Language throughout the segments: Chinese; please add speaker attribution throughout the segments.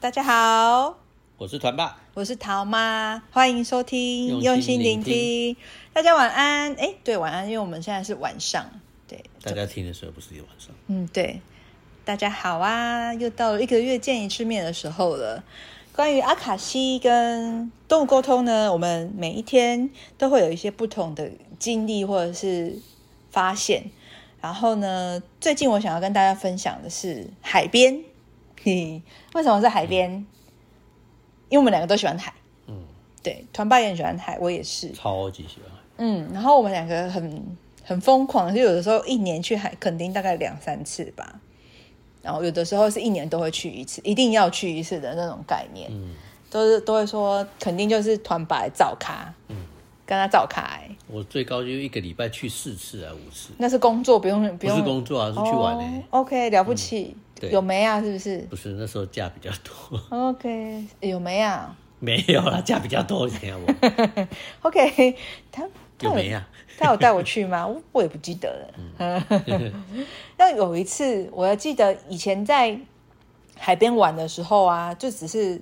Speaker 1: 大家好，
Speaker 2: 我是团爸，
Speaker 1: 我是桃妈，欢迎收听，
Speaker 2: 用心聆听
Speaker 1: 听。大家晚安，哎，对，晚安，因为我们现在是晚上，对，
Speaker 2: 大家听的时候不是一晚上，
Speaker 1: 嗯，对，大家好啊，又到了一个月见一次面的时候了。关于阿卡西跟动物沟通呢，我们每一天都会有一些不同的经历或者是发现。然后呢，最近我想要跟大家分享的是海边。嘿， 为什么是海边？因为我们两个都喜欢海。
Speaker 2: 嗯，
Speaker 1: 对，团爸也很喜欢海，我也是。
Speaker 2: 超级喜欢。
Speaker 1: 嗯，然后我们两个很很疯狂，就有的时候一年去海垦丁大概两三次吧，然后有的时候是一年都会去一次，一定要去一次的那种概念，
Speaker 2: 嗯，
Speaker 1: 都是都会说肯定就是团白照咖，跟他照咖、欸，
Speaker 2: 我最高就一个礼拜去四次啊，五次，
Speaker 1: 那是工作，不用不
Speaker 2: 不
Speaker 1: 用
Speaker 2: 是工作啊，是去玩呢、嗯
Speaker 1: 哦、，OK，了不起，
Speaker 2: 对
Speaker 1: 有没啊？是不是哦
Speaker 2: 不是那时候假比较多，
Speaker 1: ？OK，有没啊
Speaker 2: 没有啦，假比较多，你看 我
Speaker 1: ？OK，他他
Speaker 2: 有没啊？
Speaker 1: 他有带我去吗？我我也不记得了。
Speaker 2: 嗯
Speaker 1: 那有一次，我还记得以前在海边玩的时候啊，就只是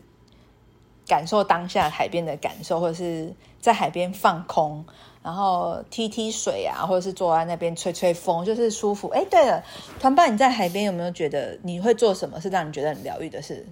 Speaker 1: 感受当下海边的感受，或者是在海边放空，然后踢踢水啊，或者是坐在那边吹吹风，就是舒服。哎，对了，团爸，你在海边有没有觉得你会做什么是让你觉得很疗愈的事？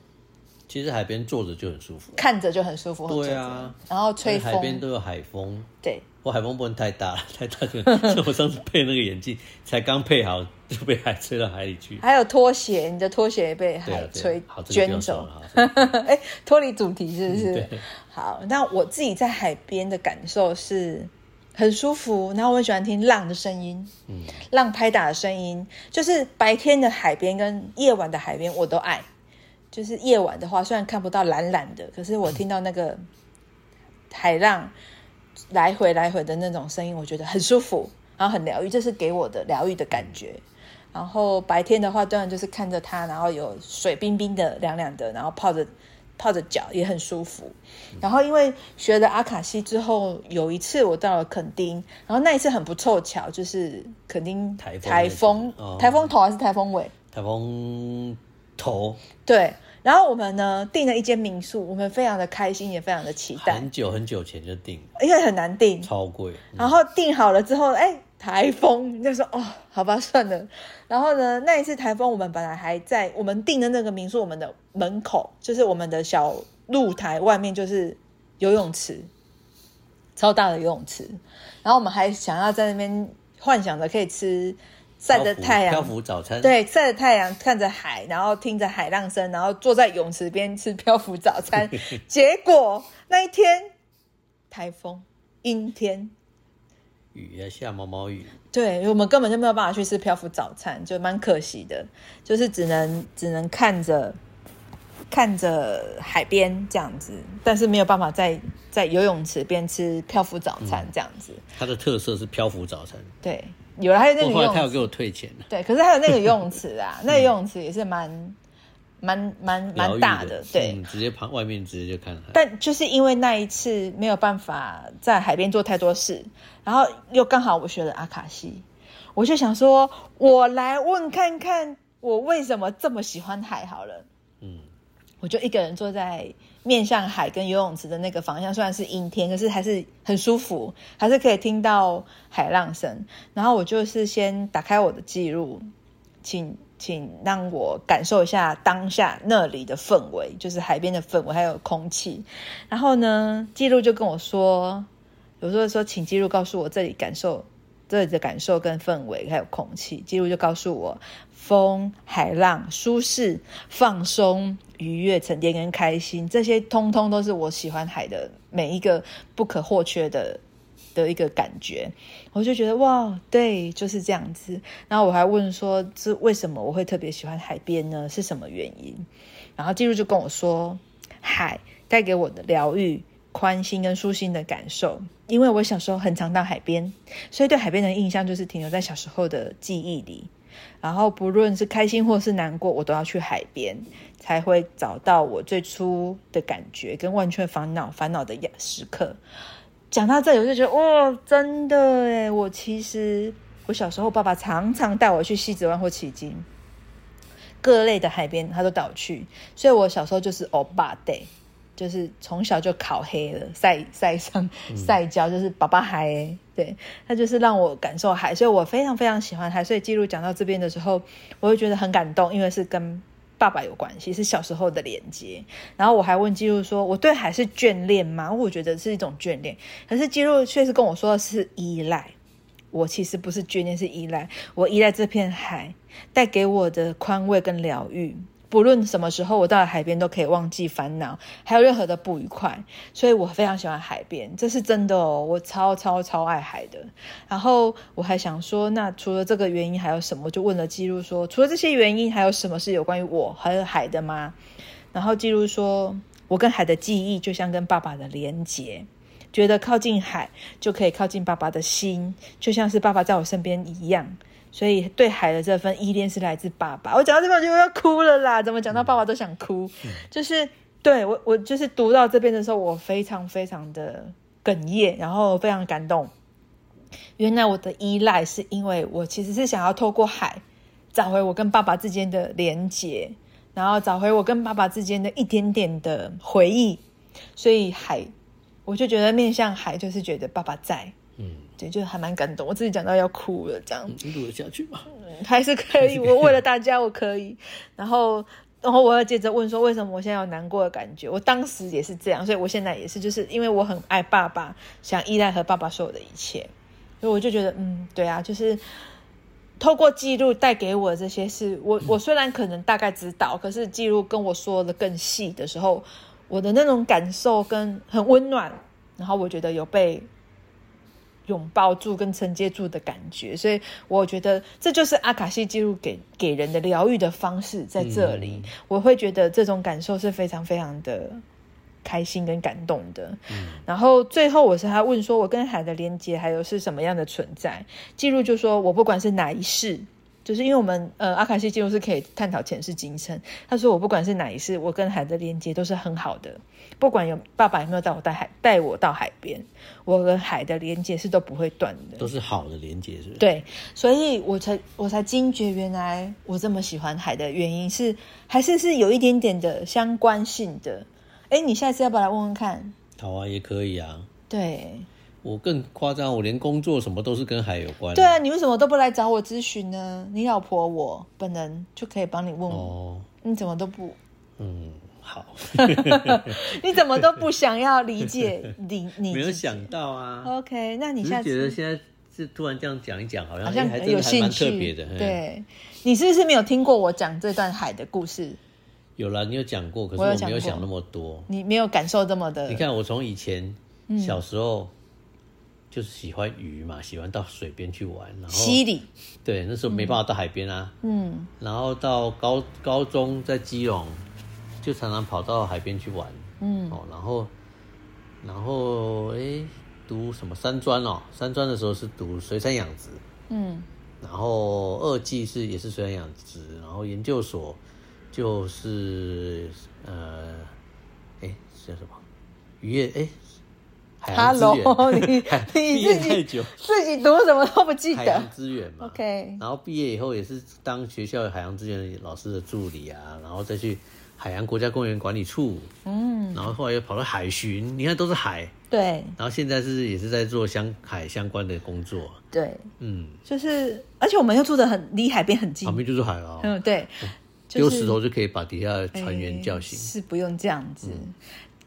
Speaker 2: 其实海边坐着就很舒服，
Speaker 1: 看着就很舒服，很
Speaker 2: 对啊
Speaker 1: 舒服然后吹
Speaker 2: 海边
Speaker 1: 风，
Speaker 2: 都有海风，
Speaker 1: 对，
Speaker 2: 我海风不能太大了， 太大就，所以我上次配那个眼镜才刚配好就被海吹到海里 去。
Speaker 1: 还有拖鞋，你的拖鞋也被
Speaker 2: 对
Speaker 1: 海
Speaker 2: 啊，对
Speaker 1: 吹
Speaker 2: 啊，好，这个不
Speaker 1: 卷
Speaker 2: 用说
Speaker 1: 走
Speaker 2: 了。，好这个
Speaker 1: 哎，脱离主题是不是？
Speaker 2: 嗯 对
Speaker 1: 好，那我自己在海边的感受是很舒服，然后我很喜欢听浪的声音，嗯，浪拍打的声音，就是白天的海边跟夜晚的海边我都爱。就是夜晚的话，虽然看不到蓝蓝的，可是我听到那个海浪来回来回的那种声音，我觉得很舒服，然后很疗愈，这是给我的疗愈的感觉。然后白天的话，当然就是看着它，然后有水冰冰的、凉凉的，然后泡着泡着脚也很舒服。然后因为学了阿卡西之后，有一次我到了垦丁，然后那一次很不凑巧，就是垦丁
Speaker 2: 台
Speaker 1: 台
Speaker 2: 风
Speaker 1: 风
Speaker 2: 那次哦
Speaker 1: 台风头还是台风尾，
Speaker 2: 台风头
Speaker 1: 对。然后我们呢订了一间民宿，我们非常的开心，也非常的期待
Speaker 2: 很，久很久前就定了，
Speaker 1: 因为很难订，
Speaker 2: 超贵，嗯
Speaker 1: 然后订好了之后，哎、台风，就说哦，好吧，算了。然后呢，那一次台风，我们本来还在我们订的那个民宿，我们的门口就是我们的小露台外面就是游泳池，超大的游泳池。然后我们还想要在那边幻想着可以吃晒着
Speaker 2: 漂浮
Speaker 1: 太阳
Speaker 2: 漂浮早餐，
Speaker 1: 对，晒着太阳，看着海，然后听着海浪声，然后坐在泳池边吃漂浮早 餐。结果那一天台风，阴天，
Speaker 2: 雨啊，下毛毛雨，
Speaker 1: 对，我们根本就没有办法去吃漂浮早餐，就蛮可惜的，就是只能只能看着看着海边这样子，但是没有办法在在游泳池边吃漂浮早餐
Speaker 2: 嗯
Speaker 1: 这样子。
Speaker 2: 它的特色是漂浮早餐。
Speaker 1: 对，有了还有那
Speaker 2: 我
Speaker 1: 个
Speaker 2: 后
Speaker 1: 游
Speaker 2: 来他
Speaker 1: 泳
Speaker 2: 有
Speaker 1: 池，
Speaker 2: 给我退钱了，
Speaker 1: 对，可是还有那个游泳池 啊，那个游泳池也是蛮蛮蛮
Speaker 2: 疗
Speaker 1: 蛮
Speaker 2: 愈
Speaker 1: 大
Speaker 2: 的，
Speaker 1: 对。
Speaker 2: 嗯直接旁外面直接就看海。
Speaker 1: 但就是因为那一次没有办法在海边做太多事，然后又刚好我学了阿卡西，我就想说，我来问看看我为什么这么喜欢海好了。
Speaker 2: 嗯，
Speaker 1: 我就一个人坐在面向海跟游泳池的那个方向，虽然是阴天，可是还是很舒服，还是可以听到海浪声。然后我就是先打开我的记录，请请让我感受一下当下那里的氛围，就是海边的氛围还有空气。然后呢，记录就跟我说，有时候说请记录告诉我这里感受。这里的感受跟氛围，还有空气，记录就告诉我，风、海浪、舒适、放松、愉悦、沉淀跟开心，这些通通都是我喜欢海的每一个不可或缺的的一个感觉。我就觉得哇，对，就是这样子。然后我还问说，这为什么我会特别喜欢海边呢？是什么原因？然后记录就跟我说，海带给我的疗愈、宽心跟舒心的感受。因为我小时候很常到海边，所以对海边的印象就是停留在小时候的记忆里。然后不论是开心或是难过，我都要去海边，才会找到我最初的感觉跟忘却烦恼烦恼的时刻。讲到这里，我就觉得哦，真的诶，我其实我小时候爸爸常常带我去西子湾或旗津，各类的海边他都带我去，所以我小时候就是欧巴 day，就是从小就烤黑了，晒晒伤、晒焦，就是爸爸海欸，对，他就是让我感受海，所以我非常非常喜欢海。所以记录讲到这边的时候，我会觉得很感动，因为是跟爸爸有关系，是小时候的连接。然后我还问记录说，我对海是眷恋吗？我觉得是一种眷恋，可是记录确实跟我说的是依赖。我其实不是眷恋，是依赖。我依赖这片海带给我的宽慰跟疗愈。不论什么时候，我到了海边都可以忘记烦恼，还有任何的不愉快。所以我非常喜欢海边，这是真的哦，我超超超爱海的。然后我还想说，那除了这个原因还有什么？我就问了记录说，除了这些原因，还有什么是有关于我还有海的吗？然后记录说，我跟海的记忆就像跟爸爸的连结。觉得靠近海就可以靠近爸爸的心，就像是爸爸在我身边一样。所以对海的这份依恋是来自爸爸。我讲到这边我就要哭了啦，怎么讲到爸爸都想哭，就是对我我就是读到这边的时候，我非常非常的哽咽，然后非常感动。原来我的依赖是因为我其实是想要透过海找回我跟爸爸之间的连结，然后找回我跟爸爸之间的一点点的回忆，所以海我就觉得面向海，就是觉得爸爸在，嗯，对，就还蛮感动。我自己讲到要哭了，这样
Speaker 2: 录得下去吗？
Speaker 1: 嗯还是可以。我为了大家，我可以。然后，然后我要接着问说，为什么我现在有难过的感觉？我当时也是这样，所以我现在也是，就是因为我很爱爸爸，想依赖和爸爸所有的一切，所以我就觉得，嗯，对啊，就是透过记录带给我这些事，我我虽然可能大概知道，可是记录跟我说的更细的时候，我的那种感受跟很温暖，然后我觉得有被拥抱住跟承接住的感觉，所以我觉得这就是阿卡西记录给给人的疗愈的方式在这里，我会觉得这种感受是非常非常的开心跟感动的。然后最后我是还问说，我跟海的连接还有是什么样的存在？记录就说我不管是哪一世，就是因为我们呃阿卡西记录是可以探讨前世今生。他说我不管是哪一世，我跟海的连接都是很好的，不管有爸爸有没有带我带海带我到海边，我跟海的连接是都不会断的。
Speaker 2: 都是好的连接，是不是？
Speaker 1: 对，所以我才我才惊觉，原来我这么喜欢海的原因是，还是是有一点点的相关性的。哎，你下次要不要来问问看？
Speaker 2: 好啊，也可以啊。
Speaker 1: 对
Speaker 2: 我更夸张，我连工作什么都是跟海有关。
Speaker 1: 对啊，你为什么都不来找我咨询呢？你老婆我本人就可以帮你问我，
Speaker 2: 哦，
Speaker 1: 你怎么都不，
Speaker 2: 嗯，好，
Speaker 1: 你怎么都不想要理 解你你
Speaker 2: 没有
Speaker 1: 自己
Speaker 2: 想到啊。
Speaker 1: OK，那哎你
Speaker 2: 只
Speaker 1: 下
Speaker 2: 是觉得
Speaker 1: 次
Speaker 2: 现在是突然这样讲一讲，好像
Speaker 1: 好
Speaker 2: 哎还
Speaker 1: 像
Speaker 2: 真
Speaker 1: 有
Speaker 2: 的还
Speaker 1: 兴
Speaker 2: 蛮
Speaker 1: 趣，
Speaker 2: 特别的。嗯嘿，
Speaker 1: 对你是不是没有听过我讲这段海的故事？
Speaker 2: 有啦，你有讲过，可是
Speaker 1: 我有
Speaker 2: 我
Speaker 1: 讲
Speaker 2: 没有
Speaker 1: 过
Speaker 2: 想那么多。
Speaker 1: 你没有感受这么的？
Speaker 2: 你看，我从以前小时候就是喜欢鱼嘛，喜欢到水边去玩，然后
Speaker 1: 犀利，
Speaker 2: 对那时候没办法到海边啊，
Speaker 1: 嗯，
Speaker 2: 然后到高高中在基隆，就常常跑到海边去玩，嗯，哦，然后然后诶，读什么三专哦，三专的时候是读水产养殖，
Speaker 1: 嗯
Speaker 2: 然后二技是也是水产养殖，然后研究所就是呃，哎叫什么渔业哎，海洋资源
Speaker 1: ，Hello，你
Speaker 2: 毕
Speaker 1: 你
Speaker 2: 业
Speaker 1: 自
Speaker 2: 太
Speaker 1: 己
Speaker 2: 久，
Speaker 1: 自己读什么都不记
Speaker 2: 海
Speaker 1: 得
Speaker 2: 洋。资源嘛
Speaker 1: OK，
Speaker 2: 然后毕业以后也是当学校海洋资源老师的助理啊，然后再去海洋国家公园管理处，嗯，然后后来又跑到海巡，你看都是海，
Speaker 1: 对
Speaker 2: 然后现在是也是在做相海相关的工作，
Speaker 1: 对，
Speaker 2: 嗯，
Speaker 1: 就是，而且我们又住的很离海边很近
Speaker 2: 旁，边就是海了、
Speaker 1: 嗯，对，
Speaker 2: 丢
Speaker 1: 就是
Speaker 2: 石头就可以把底下的船员叫
Speaker 1: 哎
Speaker 2: 醒。嗯
Speaker 1: 是不用这样子。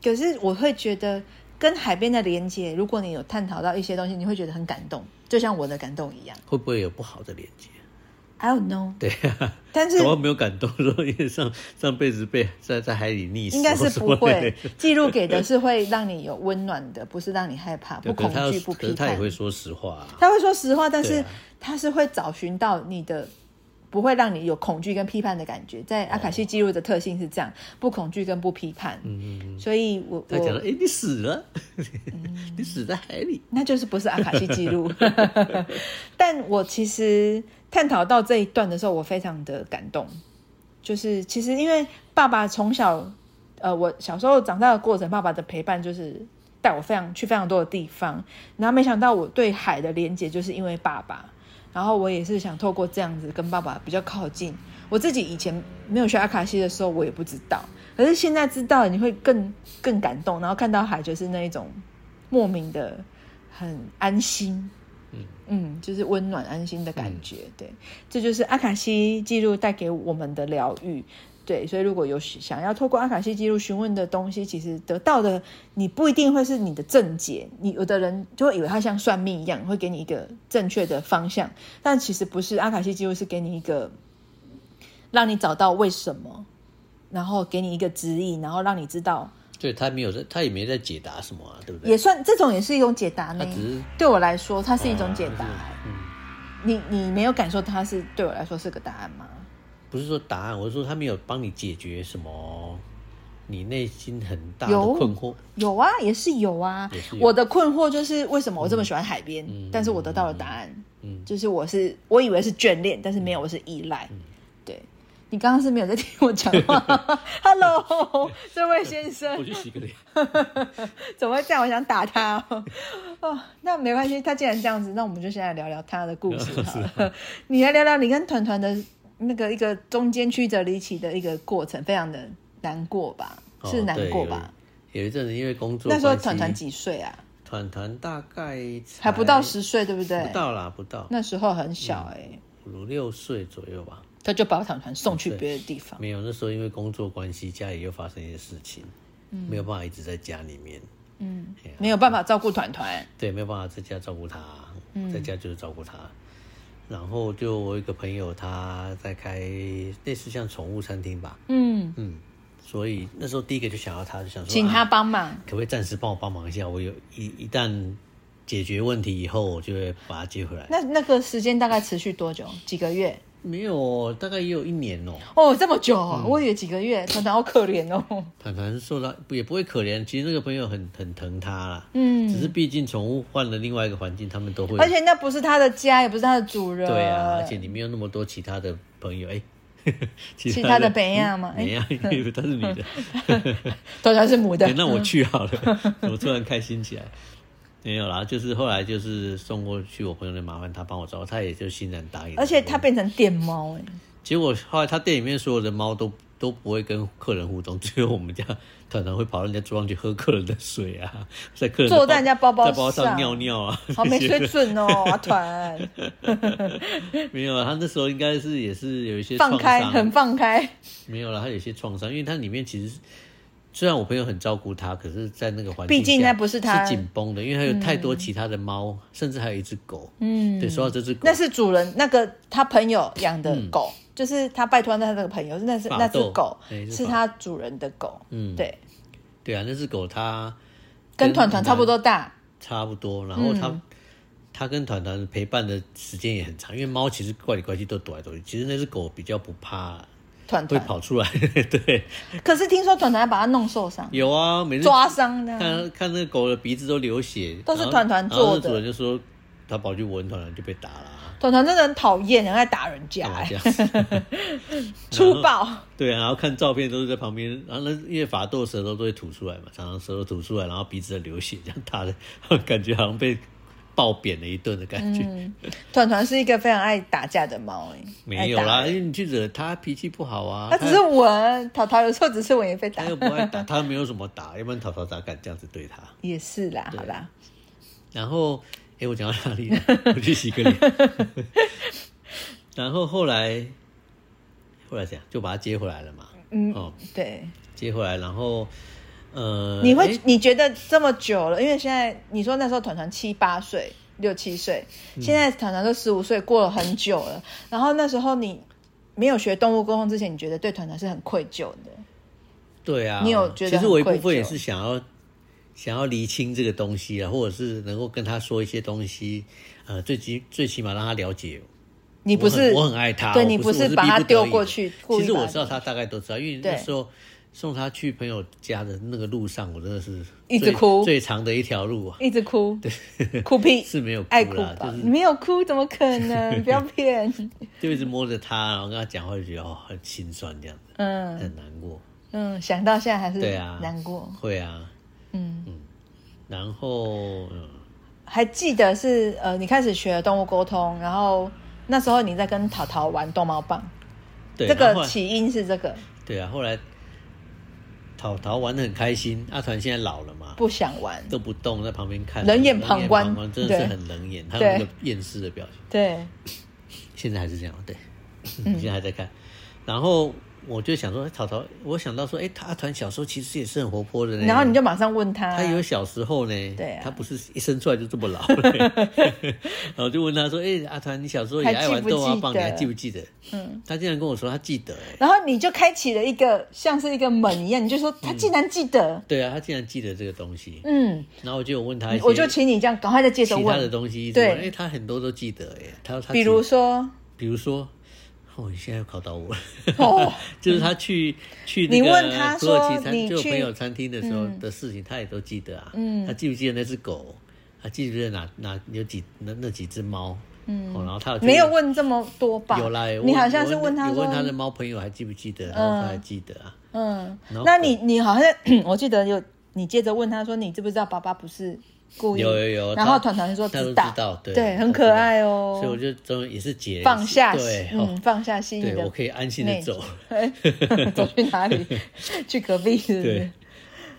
Speaker 1: 可是我会觉得跟海边的连接，如果你有探讨到一些东西，你会觉得很感动，就像我的感动一样。
Speaker 2: 会不会有不好的连接？
Speaker 1: I don't know，
Speaker 2: 对啊，
Speaker 1: 但是
Speaker 2: 我没有感动，说因为上 上辈子被在在海里溺死，
Speaker 1: 应该是不会
Speaker 2: 对。
Speaker 1: 记录给的是会让你有温暖的，不是让你害 怕、不
Speaker 2: 可
Speaker 1: 恐
Speaker 2: 是他
Speaker 1: 惧、
Speaker 2: 要
Speaker 1: 不
Speaker 2: 可
Speaker 1: 批
Speaker 2: 是他
Speaker 1: 判
Speaker 2: 也。会说实话啊、
Speaker 1: 他会说实话，但
Speaker 2: 对
Speaker 1: 是
Speaker 2: 啊
Speaker 1: 他是会找寻到你的不会让你有恐惧跟批判的感觉。在阿卡西记录的特性是这样，不恐惧跟不批判。嗯所以我
Speaker 2: 他讲了，
Speaker 1: 我嗯
Speaker 2: 哎、你死了， 你死在海里，
Speaker 1: 那就是不是阿卡西记录。 但我其实探讨到这一段的时候，我非常的感动。就是其实因为爸爸从小，呃，我小时候长大的过程，爸爸的陪伴就是带我非常去非常多的地方，然后没想到我对海的连接就是因为爸爸。然后我也是想透过这样子跟爸爸比较靠近。我自己以前没有学阿卡西的时候，我也不知道，可是现在知道了，你会更更感动。然后看到海，就是那一种莫名的很安心，嗯就是温暖安心的感觉。
Speaker 2: 嗯
Speaker 1: 对，这就是阿卡西记录带给我们的疗愈。对，所以如果有想要透过阿卡西记录询问的东西，其实得到的你不一定会是你的正解。你有的人就会以为它像算命一样，会给你一个正确的方向，但其实不是。阿卡西记录是给你一个让你找到为什么，然后给你一个指引，然后让你知道
Speaker 2: 对他没有在，他也没在解答什么啊，对不对？
Speaker 1: 也算这种也是一种解答呢
Speaker 2: 它啊只是。
Speaker 1: 对我来说，它是一种解答。
Speaker 2: 嗯，
Speaker 1: 你你没有感受它是对我来说是个答案吗？
Speaker 2: 不是说答案，我是说他没有帮你解决什么你内心很大的
Speaker 1: 有
Speaker 2: 困惑。
Speaker 1: 有啊，也是有啊。
Speaker 2: 也是有嗯
Speaker 1: 我的困惑就是为什么我这么喜欢海边，但是我得到了答案，就是我是我以为是眷恋，但是
Speaker 2: 嗯
Speaker 1: 没有，我是依赖。对你刚刚是没有在听我讲 话，Hello，这位先生
Speaker 2: 我，去洗个脸。
Speaker 1: 怎么会这样？我想打他哦。哦，那没关系，他既然这样子，那我们就先来聊聊他的故事好
Speaker 2: 啊
Speaker 1: 了。你来聊聊你跟团团的那个一个中间曲折离奇的一个过程，非常的难过吧？
Speaker 2: 哦
Speaker 1: 是难过？吧？
Speaker 2: 对有有一阵子因为工作
Speaker 1: 那时候
Speaker 2: 关系
Speaker 1: 团团几岁啊？
Speaker 2: 团团大概才
Speaker 1: 还不到，十岁，对不对？
Speaker 2: 不到啦，嗯不到
Speaker 1: 那时候很小哎、
Speaker 2: 五六岁左右吧。
Speaker 1: 他就把团团送去别的地方。
Speaker 2: 没有，那时候因为工作关系，家里又发生一些事情，
Speaker 1: 嗯
Speaker 2: 没有办法一直在家里面。嗯，
Speaker 1: 没有办法照顾团团，
Speaker 2: 对，没有办法在家照顾他，
Speaker 1: 嗯
Speaker 2: 在家就是照顾他。然后就我有一个朋友，他在开类似像宠物餐厅吧，
Speaker 1: 嗯，
Speaker 2: 嗯，所以那时候第一个就想要他，就想说
Speaker 1: 请他
Speaker 2: 啊
Speaker 1: 帮忙，
Speaker 2: 可不可以暂时帮我帮忙一下？我有一一旦解决问题以后，我就会把他接回来。
Speaker 1: 那那个时间大概持续多久？几个月？
Speaker 2: 没有，大概也有一年哦、
Speaker 1: 哦，这么久哦、我以为几个月，团团好可怜哦。
Speaker 2: 团团受到也不会可怜，其实那个朋友很很疼他啦。
Speaker 1: 嗯，
Speaker 2: 只是毕竟宠物换了另外一个环境，他们都会。
Speaker 1: 而且那不是他的家，也不是他的主人。
Speaker 2: 对啊，而且你没有那么多其他的朋友，哎、 其
Speaker 1: 其他的北亚吗哎
Speaker 2: 北亚，因为她是 女的，
Speaker 1: 团团是母的
Speaker 2: 哎，那我去好了。 我突然开心起来，没有啦，就是后来就是送过去我朋友那，麻烦他帮我找，他也就欣然答应了。
Speaker 1: 而且他变成电猫哎，
Speaker 2: 结果后来他店里面所有的猫都都不会跟客人互动，只有我们家团团会跑到人家桌上去喝客人的水啊， 在客人的
Speaker 1: 坐在人家包包
Speaker 2: 在包包
Speaker 1: 上
Speaker 2: 上尿尿啊。
Speaker 1: 好没水准哦，阿团，
Speaker 2: 没有啊，他那时候应该是 也是有一些
Speaker 1: 放
Speaker 2: 创
Speaker 1: 开，
Speaker 2: 伤啊
Speaker 1: 很放开。
Speaker 2: 没有了，他有一些创伤，因为他里面其实虽然我朋友很照顾他，可是在那个环境下，
Speaker 1: 毕竟那不是他
Speaker 2: 紧绷的，因为他有太多其他的猫，甚至还有一只狗。嗯，对，说到这只狗，
Speaker 1: 那是主人那个他朋友养的狗，就是他拜托那他那个朋友，那是
Speaker 2: 嗯法斗
Speaker 1: 那只狗
Speaker 2: 对是
Speaker 1: 是他主人的狗，嗯，对，
Speaker 2: 对啊，那只狗它
Speaker 1: 跟团团差不多大，
Speaker 2: 差不多，然后它、
Speaker 1: 嗯
Speaker 2: 它跟团团陪伴的时间也很长，因为猫其实怪里怪气都躲来躲去，其实那只狗比较不怕，
Speaker 1: 团
Speaker 2: 会
Speaker 1: 团。
Speaker 2: 跑出来。 对，
Speaker 1: 可是听说团团还把他弄受伤、
Speaker 2: 有啊，每次
Speaker 1: 抓伤的啊，
Speaker 2: 看看那个狗的鼻子都流血，
Speaker 1: 都是
Speaker 2: 然后
Speaker 1: 团团
Speaker 2: 然
Speaker 1: 做
Speaker 2: 后那
Speaker 1: 的
Speaker 2: 主人就说他跑去闻团团就被打了啊，
Speaker 1: 团团真的很讨厌，很爱打人家、
Speaker 2: 干嘛
Speaker 1: 欸，
Speaker 2: 这样子？
Speaker 1: 粗暴。
Speaker 2: 对啊，然后看照片都是在旁边，然后那因为法斗舌头都会吐出来嘛，常常舌头吐出来，然后鼻子在流血，这样打的， 感觉好像被爆扁了一顿的感觉。
Speaker 1: 嗯团团是一个非常爱打架的猫、欸，
Speaker 2: 没有啦，
Speaker 1: 爱打
Speaker 2: 因
Speaker 1: 人
Speaker 2: 为你去惹它，脾气不好啊。
Speaker 1: 他只是闻，淘淘有时候只是闻也被打
Speaker 2: 它，又不爱 打，它没有什么打，要不然淘淘咋敢这样子对它？
Speaker 1: 也是啦，好啦，
Speaker 2: 然后，哎，我讲到哪 里了？我去洗个脸。 然后后来，后来怎样？就把它接回来了嘛。嗯。哦，
Speaker 1: 对。
Speaker 2: 接回来，然后，呃，
Speaker 1: 你会
Speaker 2: 诶
Speaker 1: 你觉得这么久了，因为现在你说那时候团团七八岁、六七岁，
Speaker 2: 嗯
Speaker 1: 现在团团都十五岁，过了很久了。然后那时候你没有学动物沟通之前，你觉得对团团是很愧疚的，
Speaker 2: 对啊，
Speaker 1: 你有觉得
Speaker 2: 其实我一
Speaker 1: 很愧
Speaker 2: 部分也
Speaker 1: 疚
Speaker 2: 是想要想要厘清这个东西啊，或者是能够跟他说一些东西，呃，最起最起码让他了解
Speaker 1: 你不是
Speaker 2: 我很我很爱他，
Speaker 1: 对
Speaker 2: 我
Speaker 1: 你
Speaker 2: 不
Speaker 1: 是
Speaker 2: 我
Speaker 1: 把
Speaker 2: 逼
Speaker 1: 他
Speaker 2: 不得
Speaker 1: 丢
Speaker 2: 已
Speaker 1: 过
Speaker 2: 的
Speaker 1: 去故
Speaker 2: 其
Speaker 1: 意
Speaker 2: 实
Speaker 1: 把
Speaker 2: 我
Speaker 1: 他
Speaker 2: 知道
Speaker 1: 丢
Speaker 2: 他大概都知道，因为
Speaker 1: 对
Speaker 2: 那时候送他去朋友家的那个路上，我真的是
Speaker 1: 一直
Speaker 2: 最
Speaker 1: 哭
Speaker 2: 最长的一条路啊，
Speaker 1: 一直 哭，哭屁
Speaker 2: 是没有哭
Speaker 1: 爱哭
Speaker 2: 啦
Speaker 1: 吧？
Speaker 2: 就是
Speaker 1: 你没有哭怎么可 能？不要骗。
Speaker 2: 就一直摸着他，然后跟他讲话，就觉得哦很心酸这样子，
Speaker 1: 嗯
Speaker 2: 很难过。
Speaker 1: 嗯，想到现在还是
Speaker 2: 对啊，
Speaker 1: 难过。
Speaker 2: 会啊，
Speaker 1: 嗯，
Speaker 2: 然后嗯
Speaker 1: 还记得是呃，你开始学动物沟通，然后那时候你在跟淘淘玩逗猫棒，
Speaker 2: 对
Speaker 1: 这
Speaker 2: 然后
Speaker 1: 个
Speaker 2: 后来
Speaker 1: 起因是这个
Speaker 2: 对啊，后来淘淘玩的很开心，阿团现在老了嘛，
Speaker 1: 不想玩。
Speaker 2: 都不动，在旁边看，
Speaker 1: 冷眼旁观
Speaker 2: 真的
Speaker 1: 对
Speaker 2: 是很冷眼，他有那
Speaker 1: 对
Speaker 2: 个厌世的表情，
Speaker 1: 对，
Speaker 2: 现在还是这样，对，
Speaker 1: 嗯
Speaker 2: 现在还在看。然后我就想说，哎淘淘，我想到说，哎，他阿团小时候其实也是很活泼的呢，
Speaker 1: 然后你就马上问他，
Speaker 2: 他有小时候呢，
Speaker 1: 对啊
Speaker 2: 他不是一生出来就这么老 嘞，然后就问他说：“哎、阿团，你小时候也爱玩豆
Speaker 1: 还
Speaker 2: 花
Speaker 1: 记不
Speaker 2: 棒，
Speaker 1: 记
Speaker 2: 你
Speaker 1: 得
Speaker 2: 还记不记得？”嗯，他竟然跟我说他记得、哎，
Speaker 1: 然后你就开启了一个像是一个门一样，你就说他竟然记得，
Speaker 2: 对啊，他竟然记得这个东西。
Speaker 1: 嗯，
Speaker 2: 然后我就有问他一些
Speaker 1: 我就请你这样赶快再接着
Speaker 2: 其他的
Speaker 1: 问，
Speaker 2: 东西，
Speaker 1: 对
Speaker 2: 哎、他很多都记得、哎，他他
Speaker 1: 比如
Speaker 2: 记
Speaker 1: 说，
Speaker 2: 比如说，哦，你现在又考到我了，
Speaker 1: 哦，
Speaker 2: 就是他去去那
Speaker 1: 你
Speaker 2: 个
Speaker 1: 问他
Speaker 2: 土耳
Speaker 1: 说
Speaker 2: 其餐
Speaker 1: 你
Speaker 2: 就有
Speaker 1: 去嗯
Speaker 2: 朋友餐厅的时候的事情，他也都记得啊。嗯，他记不记得那只狗？他记不记得哪哪有几那那几只猫？嗯，哦，然后他有去
Speaker 1: 没有问这么多吧？
Speaker 2: 有啦，有
Speaker 1: 你
Speaker 2: 问
Speaker 1: 好像
Speaker 2: 有
Speaker 1: 是问他
Speaker 2: 有
Speaker 1: 说
Speaker 2: 问他的猫朋友还记不记得？然后他还记得啊。
Speaker 1: 嗯
Speaker 2: 然，后
Speaker 1: 那你你好像 我记得有你接着问他说你知不知道爸爸不是故意？
Speaker 2: 有有有，
Speaker 1: 然后
Speaker 2: 他
Speaker 1: 团团就说
Speaker 2: 他都
Speaker 1: 知
Speaker 2: 知
Speaker 1: 道，
Speaker 2: 道，对
Speaker 1: 对，很
Speaker 2: 他知
Speaker 1: 可
Speaker 2: 道
Speaker 1: 爱哦，
Speaker 2: 所以我就终于也是解
Speaker 1: 放下，
Speaker 2: 对，
Speaker 1: 嗯，
Speaker 2: 哦
Speaker 1: 放下心意
Speaker 2: 对
Speaker 1: 的，
Speaker 2: 我可以安心的
Speaker 1: 内
Speaker 2: 走，
Speaker 1: 走去哪 里？去隔壁是不是
Speaker 2: 对？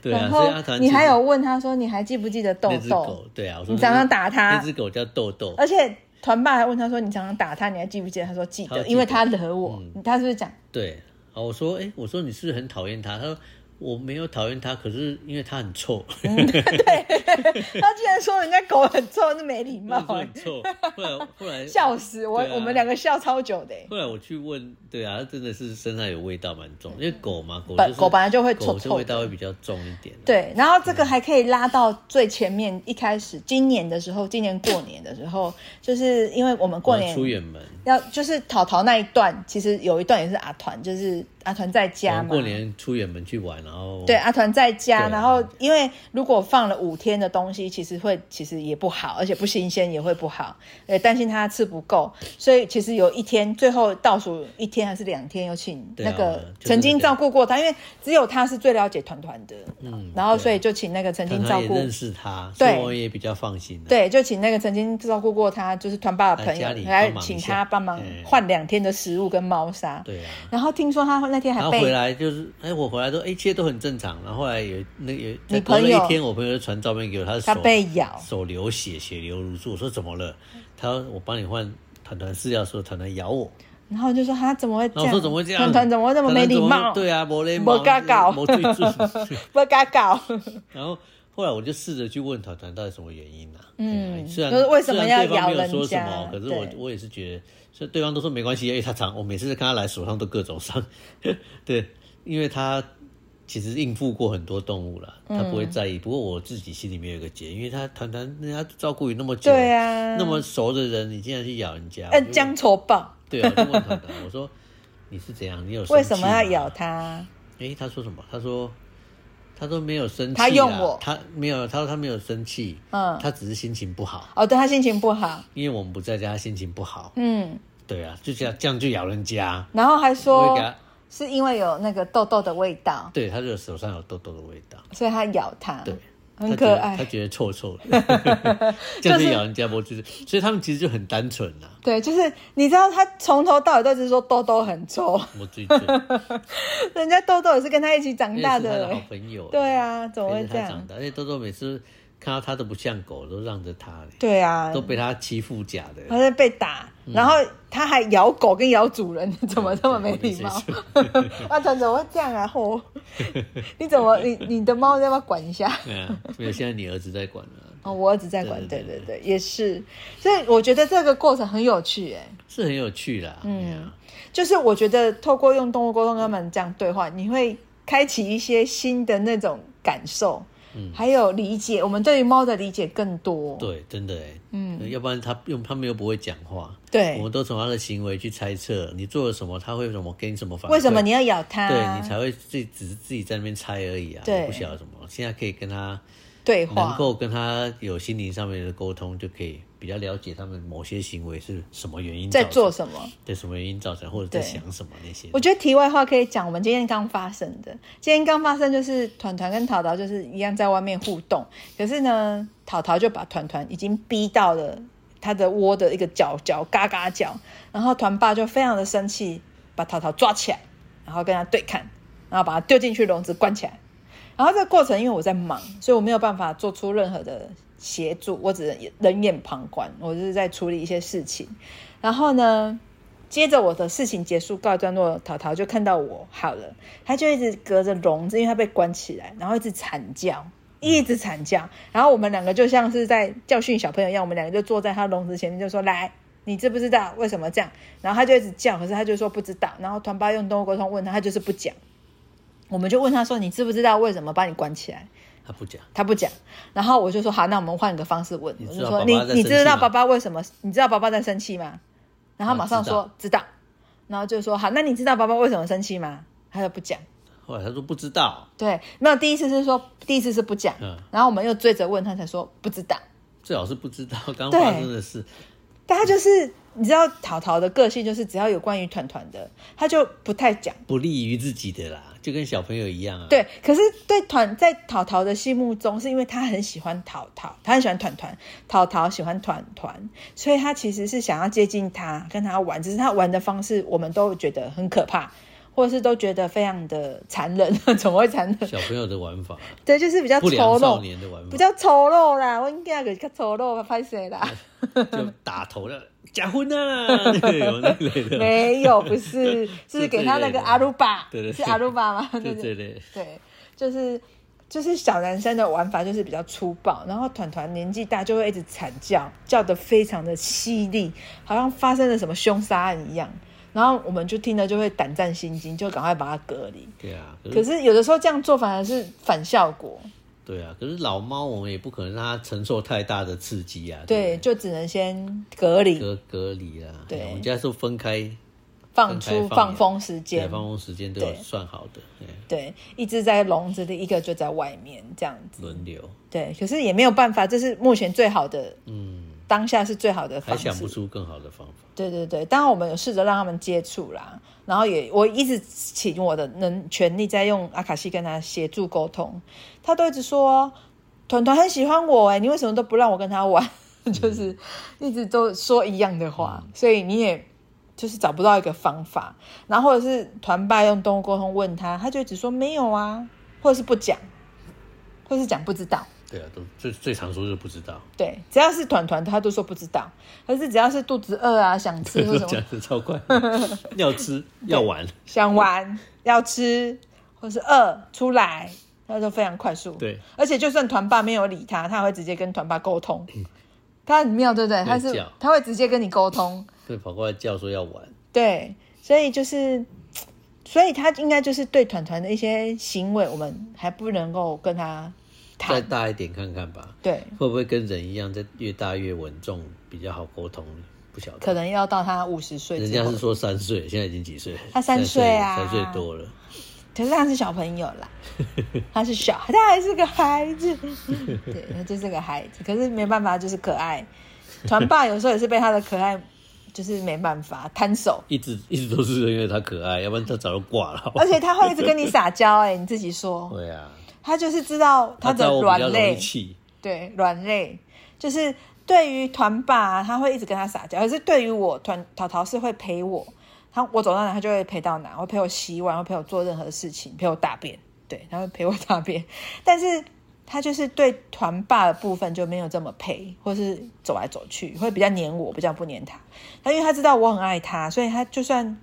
Speaker 2: 对啊。
Speaker 1: 然
Speaker 2: 所
Speaker 1: 后
Speaker 2: 以阿团
Speaker 1: 你
Speaker 2: 其实
Speaker 1: 还有问他说你还记不记得豆
Speaker 2: 那只
Speaker 1: 豆
Speaker 2: 狗？，对啊，我说
Speaker 1: 你
Speaker 2: 那
Speaker 1: 常
Speaker 2: 只
Speaker 1: 常打它呃
Speaker 2: 那只狗叫豆豆，
Speaker 1: 而且团爸还问他说你常常打他，你还记不记得？他说记
Speaker 2: 他
Speaker 1: 得，
Speaker 2: 记得嗯
Speaker 1: 因为他惹我。他是不是讲
Speaker 2: 对，啊，我说，哎、我说你是不是很讨厌他？他说我没有讨厌他，可是因为他很臭，
Speaker 1: 他竟然说人家狗很臭，是没礼貌
Speaker 2: 他说
Speaker 1: 欸
Speaker 2: 很，臭。后来后来
Speaker 1: 笑死我！
Speaker 2: 对啊
Speaker 1: 我们两个笑超久的欸。
Speaker 2: 后来我去问，对啊，它真的是身上有味道蛮重，因为狗嘛，狗
Speaker 1: 本
Speaker 2: 就是
Speaker 1: 狗本来就会臭
Speaker 2: 狗
Speaker 1: 臭
Speaker 2: 味道
Speaker 1: 的
Speaker 2: 会比较重一点、，啊
Speaker 1: 对，然后这个还可以拉到最前面，一开始今年的时候，今年过年的时候，就是因为我们过
Speaker 2: 我
Speaker 1: 年
Speaker 2: 出远门，
Speaker 1: 要就是淘淘那一段，其实有一段也是阿团，就是阿团在
Speaker 2: 我
Speaker 1: 家
Speaker 2: 们
Speaker 1: 嘛。
Speaker 2: 哦过年出远门去玩，然后
Speaker 1: 对，阿啊团在家，
Speaker 2: 对啊
Speaker 1: 然后因为如果放了五天的东西，其实会其实也不好，而且不新鲜也会不好，呃，担心他吃不够，所以其实有一天最后倒数一天还是两天，有请
Speaker 2: 对
Speaker 1: 那
Speaker 2: 啊
Speaker 1: 个
Speaker 2: 就是
Speaker 1: 曾经
Speaker 2: 这
Speaker 1: 照
Speaker 2: 样
Speaker 1: 顾过他，因为只有他是最了解团团的，
Speaker 2: 嗯
Speaker 1: 然后所以就请那个曾
Speaker 2: 常
Speaker 1: 经照
Speaker 2: 啊常也
Speaker 1: 顾。
Speaker 2: 认识他，所以
Speaker 1: 对
Speaker 2: 我也比较放心、啊。
Speaker 1: 对，就请那个曾经照顾过他，就是团爸的
Speaker 2: 来
Speaker 1: 朋友
Speaker 2: 家里，
Speaker 1: 来
Speaker 2: 帮忙一
Speaker 1: 请
Speaker 2: 下
Speaker 1: 他帮忙
Speaker 2: 嗯
Speaker 1: 换两天的食物跟猫砂。
Speaker 2: 对啊。
Speaker 1: 然后听说他那天
Speaker 2: 然
Speaker 1: 还
Speaker 2: 后回
Speaker 1: 被
Speaker 2: 来就是，哎、我回来都，哎、一切都很正常。然后后来有那有，
Speaker 1: 你
Speaker 2: 再隔了
Speaker 1: 朋友
Speaker 2: 一天，我朋友就传照片给我，他的手
Speaker 1: 他被咬，
Speaker 2: 手流血，血流如注。我说怎么了？他说我帮你换团团饲料的时候，团团咬我。
Speaker 1: 然后就说他怎么会这
Speaker 2: 然后我
Speaker 1: 样？
Speaker 2: 说怎么会这样？
Speaker 1: 团团怎么会那么没礼
Speaker 2: 团团怎
Speaker 1: 貌？
Speaker 2: 么对啊，没礼
Speaker 1: 没
Speaker 2: 貌，
Speaker 1: 尬搞
Speaker 2: 没水准。
Speaker 1: 不该搞。
Speaker 2: 然后后来我就试着去问团团到底什么原因啊？
Speaker 1: 嗯
Speaker 2: 哎虽然
Speaker 1: 就是为什么要
Speaker 2: 虽然对方没
Speaker 1: 咬
Speaker 2: 有
Speaker 1: 人
Speaker 2: 说什
Speaker 1: 家
Speaker 2: 么，可是我
Speaker 1: 对
Speaker 2: 我也是觉得，所以对方都说没关系，因为他常我每次看他来手上都各种伤， 对，因为他其实应付过很多动物了，他
Speaker 1: 嗯
Speaker 2: 不会在意。不过我自己心里面有个结，因为他团团人家照顾你那么久，
Speaker 1: 对啊
Speaker 2: 那么熟的人，你竟然去咬人家，我
Speaker 1: 嗯，
Speaker 2: 就
Speaker 1: 将仇报，
Speaker 2: 对啊，我就问团团，我说你是怎样？你有生
Speaker 1: 为什么要
Speaker 2: 气吗
Speaker 1: 咬他？
Speaker 2: 诶，他说什么？他说，他说没有生气啦，啊
Speaker 1: 他用我
Speaker 2: 他没有，他说他没有生气，
Speaker 1: 嗯
Speaker 2: 他只是心情不好，
Speaker 1: 哦，对他心情不好，
Speaker 2: 因为我们不在家，他心情不好，
Speaker 1: 嗯，
Speaker 2: 对啊，就这样这样就咬人家，
Speaker 1: 然后还
Speaker 2: 我会
Speaker 1: 说
Speaker 2: 给他，
Speaker 1: 是因为有那个痘痘的味道，
Speaker 2: 对，他就手上有痘痘的味道，
Speaker 1: 所以他咬他，
Speaker 2: 对，
Speaker 1: 嗯很
Speaker 2: 他觉
Speaker 1: 可
Speaker 2: 得他
Speaker 1: 爱。
Speaker 2: 觉得臭臭 的， 这样就咬人家脖子，所以他们其实就很单纯啊啦、
Speaker 1: 对，就是你知道他从头到尾都只是说痘痘很臭，
Speaker 2: 我自己觉得，
Speaker 1: 人家痘痘也是跟他一起长
Speaker 2: 因为
Speaker 1: 大
Speaker 2: 是他的好
Speaker 1: 欸
Speaker 2: 朋友，
Speaker 1: 对啊怎么会
Speaker 2: 陪着他
Speaker 1: 这样
Speaker 2: 长大？而且豆豆每次看到他都不像狗，都让着他，
Speaker 1: 对啊
Speaker 2: 都，被嗯他欺负假的，
Speaker 1: 他在被打，然后他还咬狗跟咬主人，
Speaker 2: 嗯
Speaker 1: 怎么这么没礼貌？ 阿团怎么会这样啊？吼，你怎么你你的猫要不要管一下？
Speaker 2: 对啊，没有，现在你儿子在管了、啊
Speaker 1: 哦，我儿子在管，对
Speaker 2: 对
Speaker 1: 对
Speaker 2: 对
Speaker 1: 对，也是，所以我觉得这个过程很有趣，哎，
Speaker 2: 是很有趣啦。嗯，
Speaker 1: 就是我觉得透过用动物沟通跟他们这样对话，你会开启一些新的那种感受，还有理解，我们对于猫的理解更多。
Speaker 2: 嗯对，真的哎，嗯，要不然它用它们又不会讲话，
Speaker 1: 对
Speaker 2: 我们都从它的行为去猜测你做了什么，它会什么给你什么反馈，
Speaker 1: 为什么你要咬它？
Speaker 2: 对你才会自己只是自己在那边猜而已啊，
Speaker 1: 对
Speaker 2: 我不晓得什么，现在可以跟它
Speaker 1: 对
Speaker 2: 能
Speaker 1: 话，
Speaker 2: 够跟它有心灵上面的沟通，就可以比较了解它们某些行为是什么原因
Speaker 1: 在做
Speaker 2: 么，
Speaker 1: 什么？
Speaker 2: 对什么原因造成，或者在
Speaker 1: 对
Speaker 2: 想什么那些的，
Speaker 1: 我觉得题外话可以讲，我们今天刚发生的，今天刚发生就是团团跟淘淘就是一样在外面互动，可是呢，淘淘就把团团已经逼到了他的窝的一个角角，嘎嘎叫，然后团爸就非常的生气，把淘淘抓起来，然后跟他对看，然后把他丢进去笼子关起来。然后这个过程，因为我在忙，所以我没有办法做出任何的协助，我只能冷眼旁观，我就是在处理一些事情。然后呢，接着我的事情结束告一段落，淘淘就看到我好了，他就一直隔着笼子，因为他被关起来，然后一直惨叫，一直惨叫。然后我们两个就像是在教训小朋友一样，我们两个就坐在他笼子前面，就说：“来，你知不知道为什么这样？”然后他就一直叫，可是他就说不知道。然后团爸用动物沟通问他，他就是不讲。我们就问他说：“你知不知道为什么把你关起来？”
Speaker 2: 它不讲，
Speaker 1: 他不讲，然后我就说好，那我们换个方式问，
Speaker 2: 你
Speaker 1: 我
Speaker 2: 知
Speaker 1: 就
Speaker 2: 道
Speaker 1: 说
Speaker 2: 爸爸
Speaker 1: 你
Speaker 2: 在生
Speaker 1: 你
Speaker 2: 气
Speaker 1: 知道
Speaker 2: 吗
Speaker 1: 爸爸为什么？你知道爸爸在生气吗？然后
Speaker 2: 啊
Speaker 1: 马上
Speaker 2: 知道
Speaker 1: 说知道，然后就说好，那你知道爸爸为什么生气吗？他就不讲。
Speaker 2: 后来它说不知道，
Speaker 1: 对，没有第一次是说第一次是不讲，
Speaker 2: 嗯
Speaker 1: 然后我们又追着问他才说不知道。
Speaker 2: 最好是不知道刚
Speaker 1: 对
Speaker 2: 发生的事，
Speaker 1: 但他就是你知道淘淘的个性就是只要有关于团团的，他就不太讲。
Speaker 2: 不利于自己的啦，就跟小朋友一样啊，
Speaker 1: 对，可是对团在淘淘的心目中，是因为他很喜欢淘淘，他很喜欢团团，淘淘喜欢团团，所以他其实是想要接近他，跟他玩，只是他玩的方式我们都觉得很可怕，或者是都觉得非常的残忍， 总会残忍，
Speaker 2: 小朋友的玩 法，
Speaker 1: 对，就是比较
Speaker 2: 不
Speaker 1: 丑
Speaker 2: 良少
Speaker 1: 陋，
Speaker 2: 年的玩
Speaker 1: 比
Speaker 2: 法，
Speaker 1: 较丑陋啦，我应该给较丑陋，拍谁 啦？
Speaker 2: 就打头了，假婚啊， 对，有那类的，
Speaker 1: 没有，不 是，是
Speaker 2: 是
Speaker 1: 给
Speaker 2: 这
Speaker 1: 他那
Speaker 2: 类
Speaker 1: 个
Speaker 2: 的
Speaker 1: 阿鲁巴，
Speaker 2: 对对
Speaker 1: 是
Speaker 2: 对
Speaker 1: 阿鲁巴吗？对 对
Speaker 2: 就这类，
Speaker 1: 对，就是就是小男生的玩法就是比较粗暴，然后团团年纪大就会一直惨叫，叫得非常的犀利，好像发生了什么凶杀案一样。然后我们就听了就会胆战心惊，就赶快把它隔离。
Speaker 2: 对啊，
Speaker 1: 可是有的时候这样做反而是反效果，
Speaker 2: 对啊，可是老猫我们也不可能让它承受太大的刺激啊，
Speaker 1: 对，
Speaker 2: 不
Speaker 1: 就只能先隔离，
Speaker 2: 隔隔离啊，
Speaker 1: 对
Speaker 2: 我们家是分开，
Speaker 1: 放
Speaker 2: 分开
Speaker 1: 出
Speaker 2: 放
Speaker 1: 放
Speaker 2: 养
Speaker 1: 风时
Speaker 2: 对，
Speaker 1: 间，
Speaker 2: 放工时间都
Speaker 1: 对
Speaker 2: 有算好的，哎对
Speaker 1: 对，一只在笼子里，一个就在外面这样子，
Speaker 2: 轮流，
Speaker 1: 对。可是也没有办法，这是目前最好的，
Speaker 2: 嗯，
Speaker 1: 当下是最好的
Speaker 2: 还
Speaker 1: 方式。
Speaker 2: 想不出更好的方法，
Speaker 1: 对对对，当然我们有试着让他们接触啦，然后也我一直请我的能全力在用阿卡西跟他协助沟通，他都一直说团团很喜欢我哎、你为什么都不让我跟他玩？ 就是一直都说一样的话，所以你也就是找不到一个方法，然后或者是团爸用动物沟通问他，他就只说没有啊，或者是不讲，或者是讲不知道。
Speaker 2: 对啊，都最最常说就是不知道，
Speaker 1: 对，只要是团团，他都说不知道。可是只要是肚子饿啊，想吃或什么，
Speaker 2: 讲的超 快，要吃要玩，
Speaker 1: 想玩、要吃或是饿出来，他都非常快速。
Speaker 2: 对，
Speaker 1: 而且就算团爸没有理他，他还会直接跟团爸沟通。他很妙，对不对？他是
Speaker 2: 嗯叫
Speaker 1: 他会直接跟你沟通，
Speaker 2: 对，跑过来叫说要玩，
Speaker 1: 对，所以就是，所以他应该就是对团团的一些行为，我们还不能够跟他
Speaker 2: 再
Speaker 1: 谈。
Speaker 2: 大一点看看吧，
Speaker 1: 对，
Speaker 2: 会不会跟人一样，在越大越稳重，比较好沟通？不晓得，
Speaker 1: 可能要到他五十岁
Speaker 2: 人
Speaker 1: 之
Speaker 2: 家
Speaker 1: 后
Speaker 2: 是，说三岁，现在已经几岁？
Speaker 1: 他三岁啊
Speaker 2: 三岁多了。
Speaker 1: 可是他是小朋友 啦，他是小，他还是个孩子，对，他就是个孩子。可是没办法，就是可爱。团爸有时候也是被他的可爱，就是没办法摊 手，
Speaker 2: 一直一直都是因为他可爱，要不然他早就挂了。
Speaker 1: 而且他会一直跟你撒娇、哎，你自己 说，
Speaker 2: 对啊，
Speaker 1: 他就是知道他
Speaker 2: 知
Speaker 1: 的
Speaker 2: 道我比
Speaker 1: 软
Speaker 2: 较容
Speaker 1: 肋
Speaker 2: 易，气，
Speaker 1: 对，软肋就是对于团爸啊、他会一直跟他撒娇，可是对于我团淘淘是会陪我，他我走到哪他就会陪到哪，会陪我洗碗，会陪我做任何事情，陪我大便，对，他会陪我大便，但是他就是对团爸的部分就没有这么陪，或是走来走去，会比较黏我，比较不黏他。他因为他知道我很爱他，所以他就算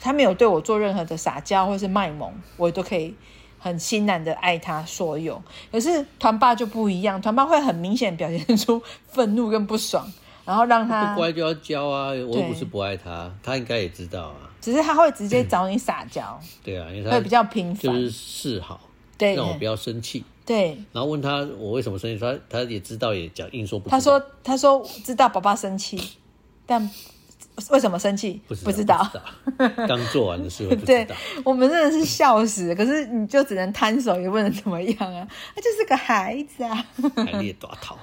Speaker 1: 他没有对我做任何的撒娇或是卖萌，我都可以很欣然的爱他所有。可是团爸就不一样，团爸会很明显表现出愤怒跟不爽，然后让他
Speaker 2: 不，乖就要教啊。我又不是不爱他，他应该也知道啊。
Speaker 1: 只是他会直接找你撒娇，
Speaker 2: 对啊，因为他
Speaker 1: 会比较频繁
Speaker 2: 就。是示好，
Speaker 1: 对
Speaker 2: 让我不要生气。
Speaker 1: 对，
Speaker 2: 然后问他我为什么生气，他他也知道也讲硬说不知道。
Speaker 1: 他说他说知道爸爸生气，但为什么生气
Speaker 2: 不知道，
Speaker 1: 不知道。
Speaker 2: 不知道刚做完的事会不知
Speaker 1: 对
Speaker 2: 道。
Speaker 1: 我们真的是笑死了，可是你就只能摊手，也不能怎么样啊，他就是个孩子啊。
Speaker 2: 还列大套，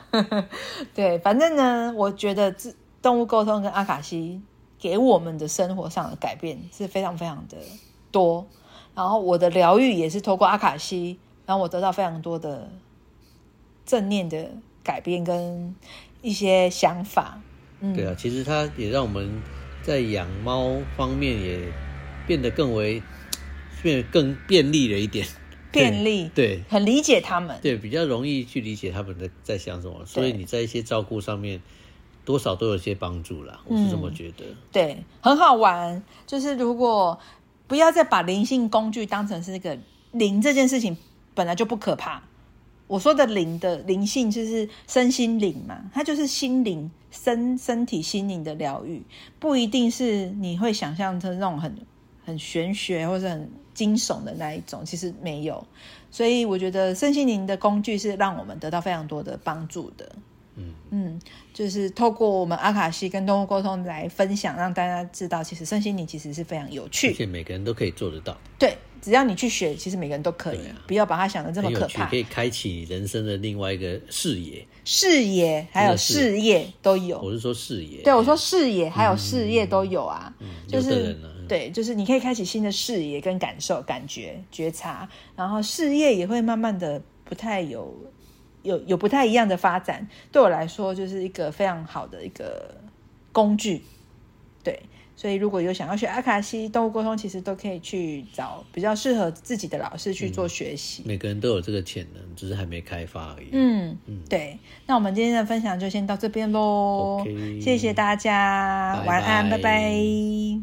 Speaker 1: 对，反正呢，我觉得这动物沟通跟阿卡西给我们的生活上的改变是非常非常的多。然后我的疗愈也是透过阿卡西，然后我得到非常多的正念的改变跟一些想法。嗯，
Speaker 2: 对啊，其实它也让我们在养猫方面也变得更为变得更便利了一点，
Speaker 1: 便利，
Speaker 2: 对
Speaker 1: 很理解他们。
Speaker 2: 对，比较容易去理解他们的在想什么，所以你在一些照顾上面多少都有些帮助啦，我是这
Speaker 1: 嗯
Speaker 2: 么觉得。
Speaker 1: 对，很好玩。就是如果不要再把灵性工具当成是一个灵这件事情本来就不可怕。我说的灵的灵性就是身心灵嘛，它就是心灵、身身体、心灵的疗愈，不一定是你会想象成那种很很玄学或者很惊悚的那一种，其实没有。所以我觉得身心灵的工具是让我们得到非常多的帮助的。嗯，就是透过我们阿卡西跟动物沟通来分享，让大家知道，其实身心灵其实是非常有
Speaker 2: 而
Speaker 1: 趣。
Speaker 2: 且每个人都可以做得到，
Speaker 1: 对，只要你去学，其实每个人都可以，
Speaker 2: 对啊
Speaker 1: 不要把它想的这么
Speaker 2: 很有
Speaker 1: 可
Speaker 2: 趣，
Speaker 1: 怕
Speaker 2: 可。以开启你人生的另外一个视野。
Speaker 1: 事业还有事业都有。
Speaker 2: 我是说哎视野，
Speaker 1: 对，我说事业还有事业都有啊，就
Speaker 2: 嗯有的
Speaker 1: 是
Speaker 2: 人啊
Speaker 1: 对，就是你可以开启新的视野跟感受、感觉、觉察，然后事业也会慢慢的不太有有有不太一样的发展。对我来说，就是一个非常好的一个工具。对，所以如果有想要学阿卡西动物沟通，其实都可以去找比较适合自己的老师去做
Speaker 2: 嗯
Speaker 1: 学习。
Speaker 2: 每个人都有这个潜能，只是还没开发而已。
Speaker 1: 嗯，对，那我们今天的分享就先到这边喽
Speaker 2: OK
Speaker 1: 谢谢大家，
Speaker 2: 拜
Speaker 1: 晚安，
Speaker 2: 拜
Speaker 1: 拜拜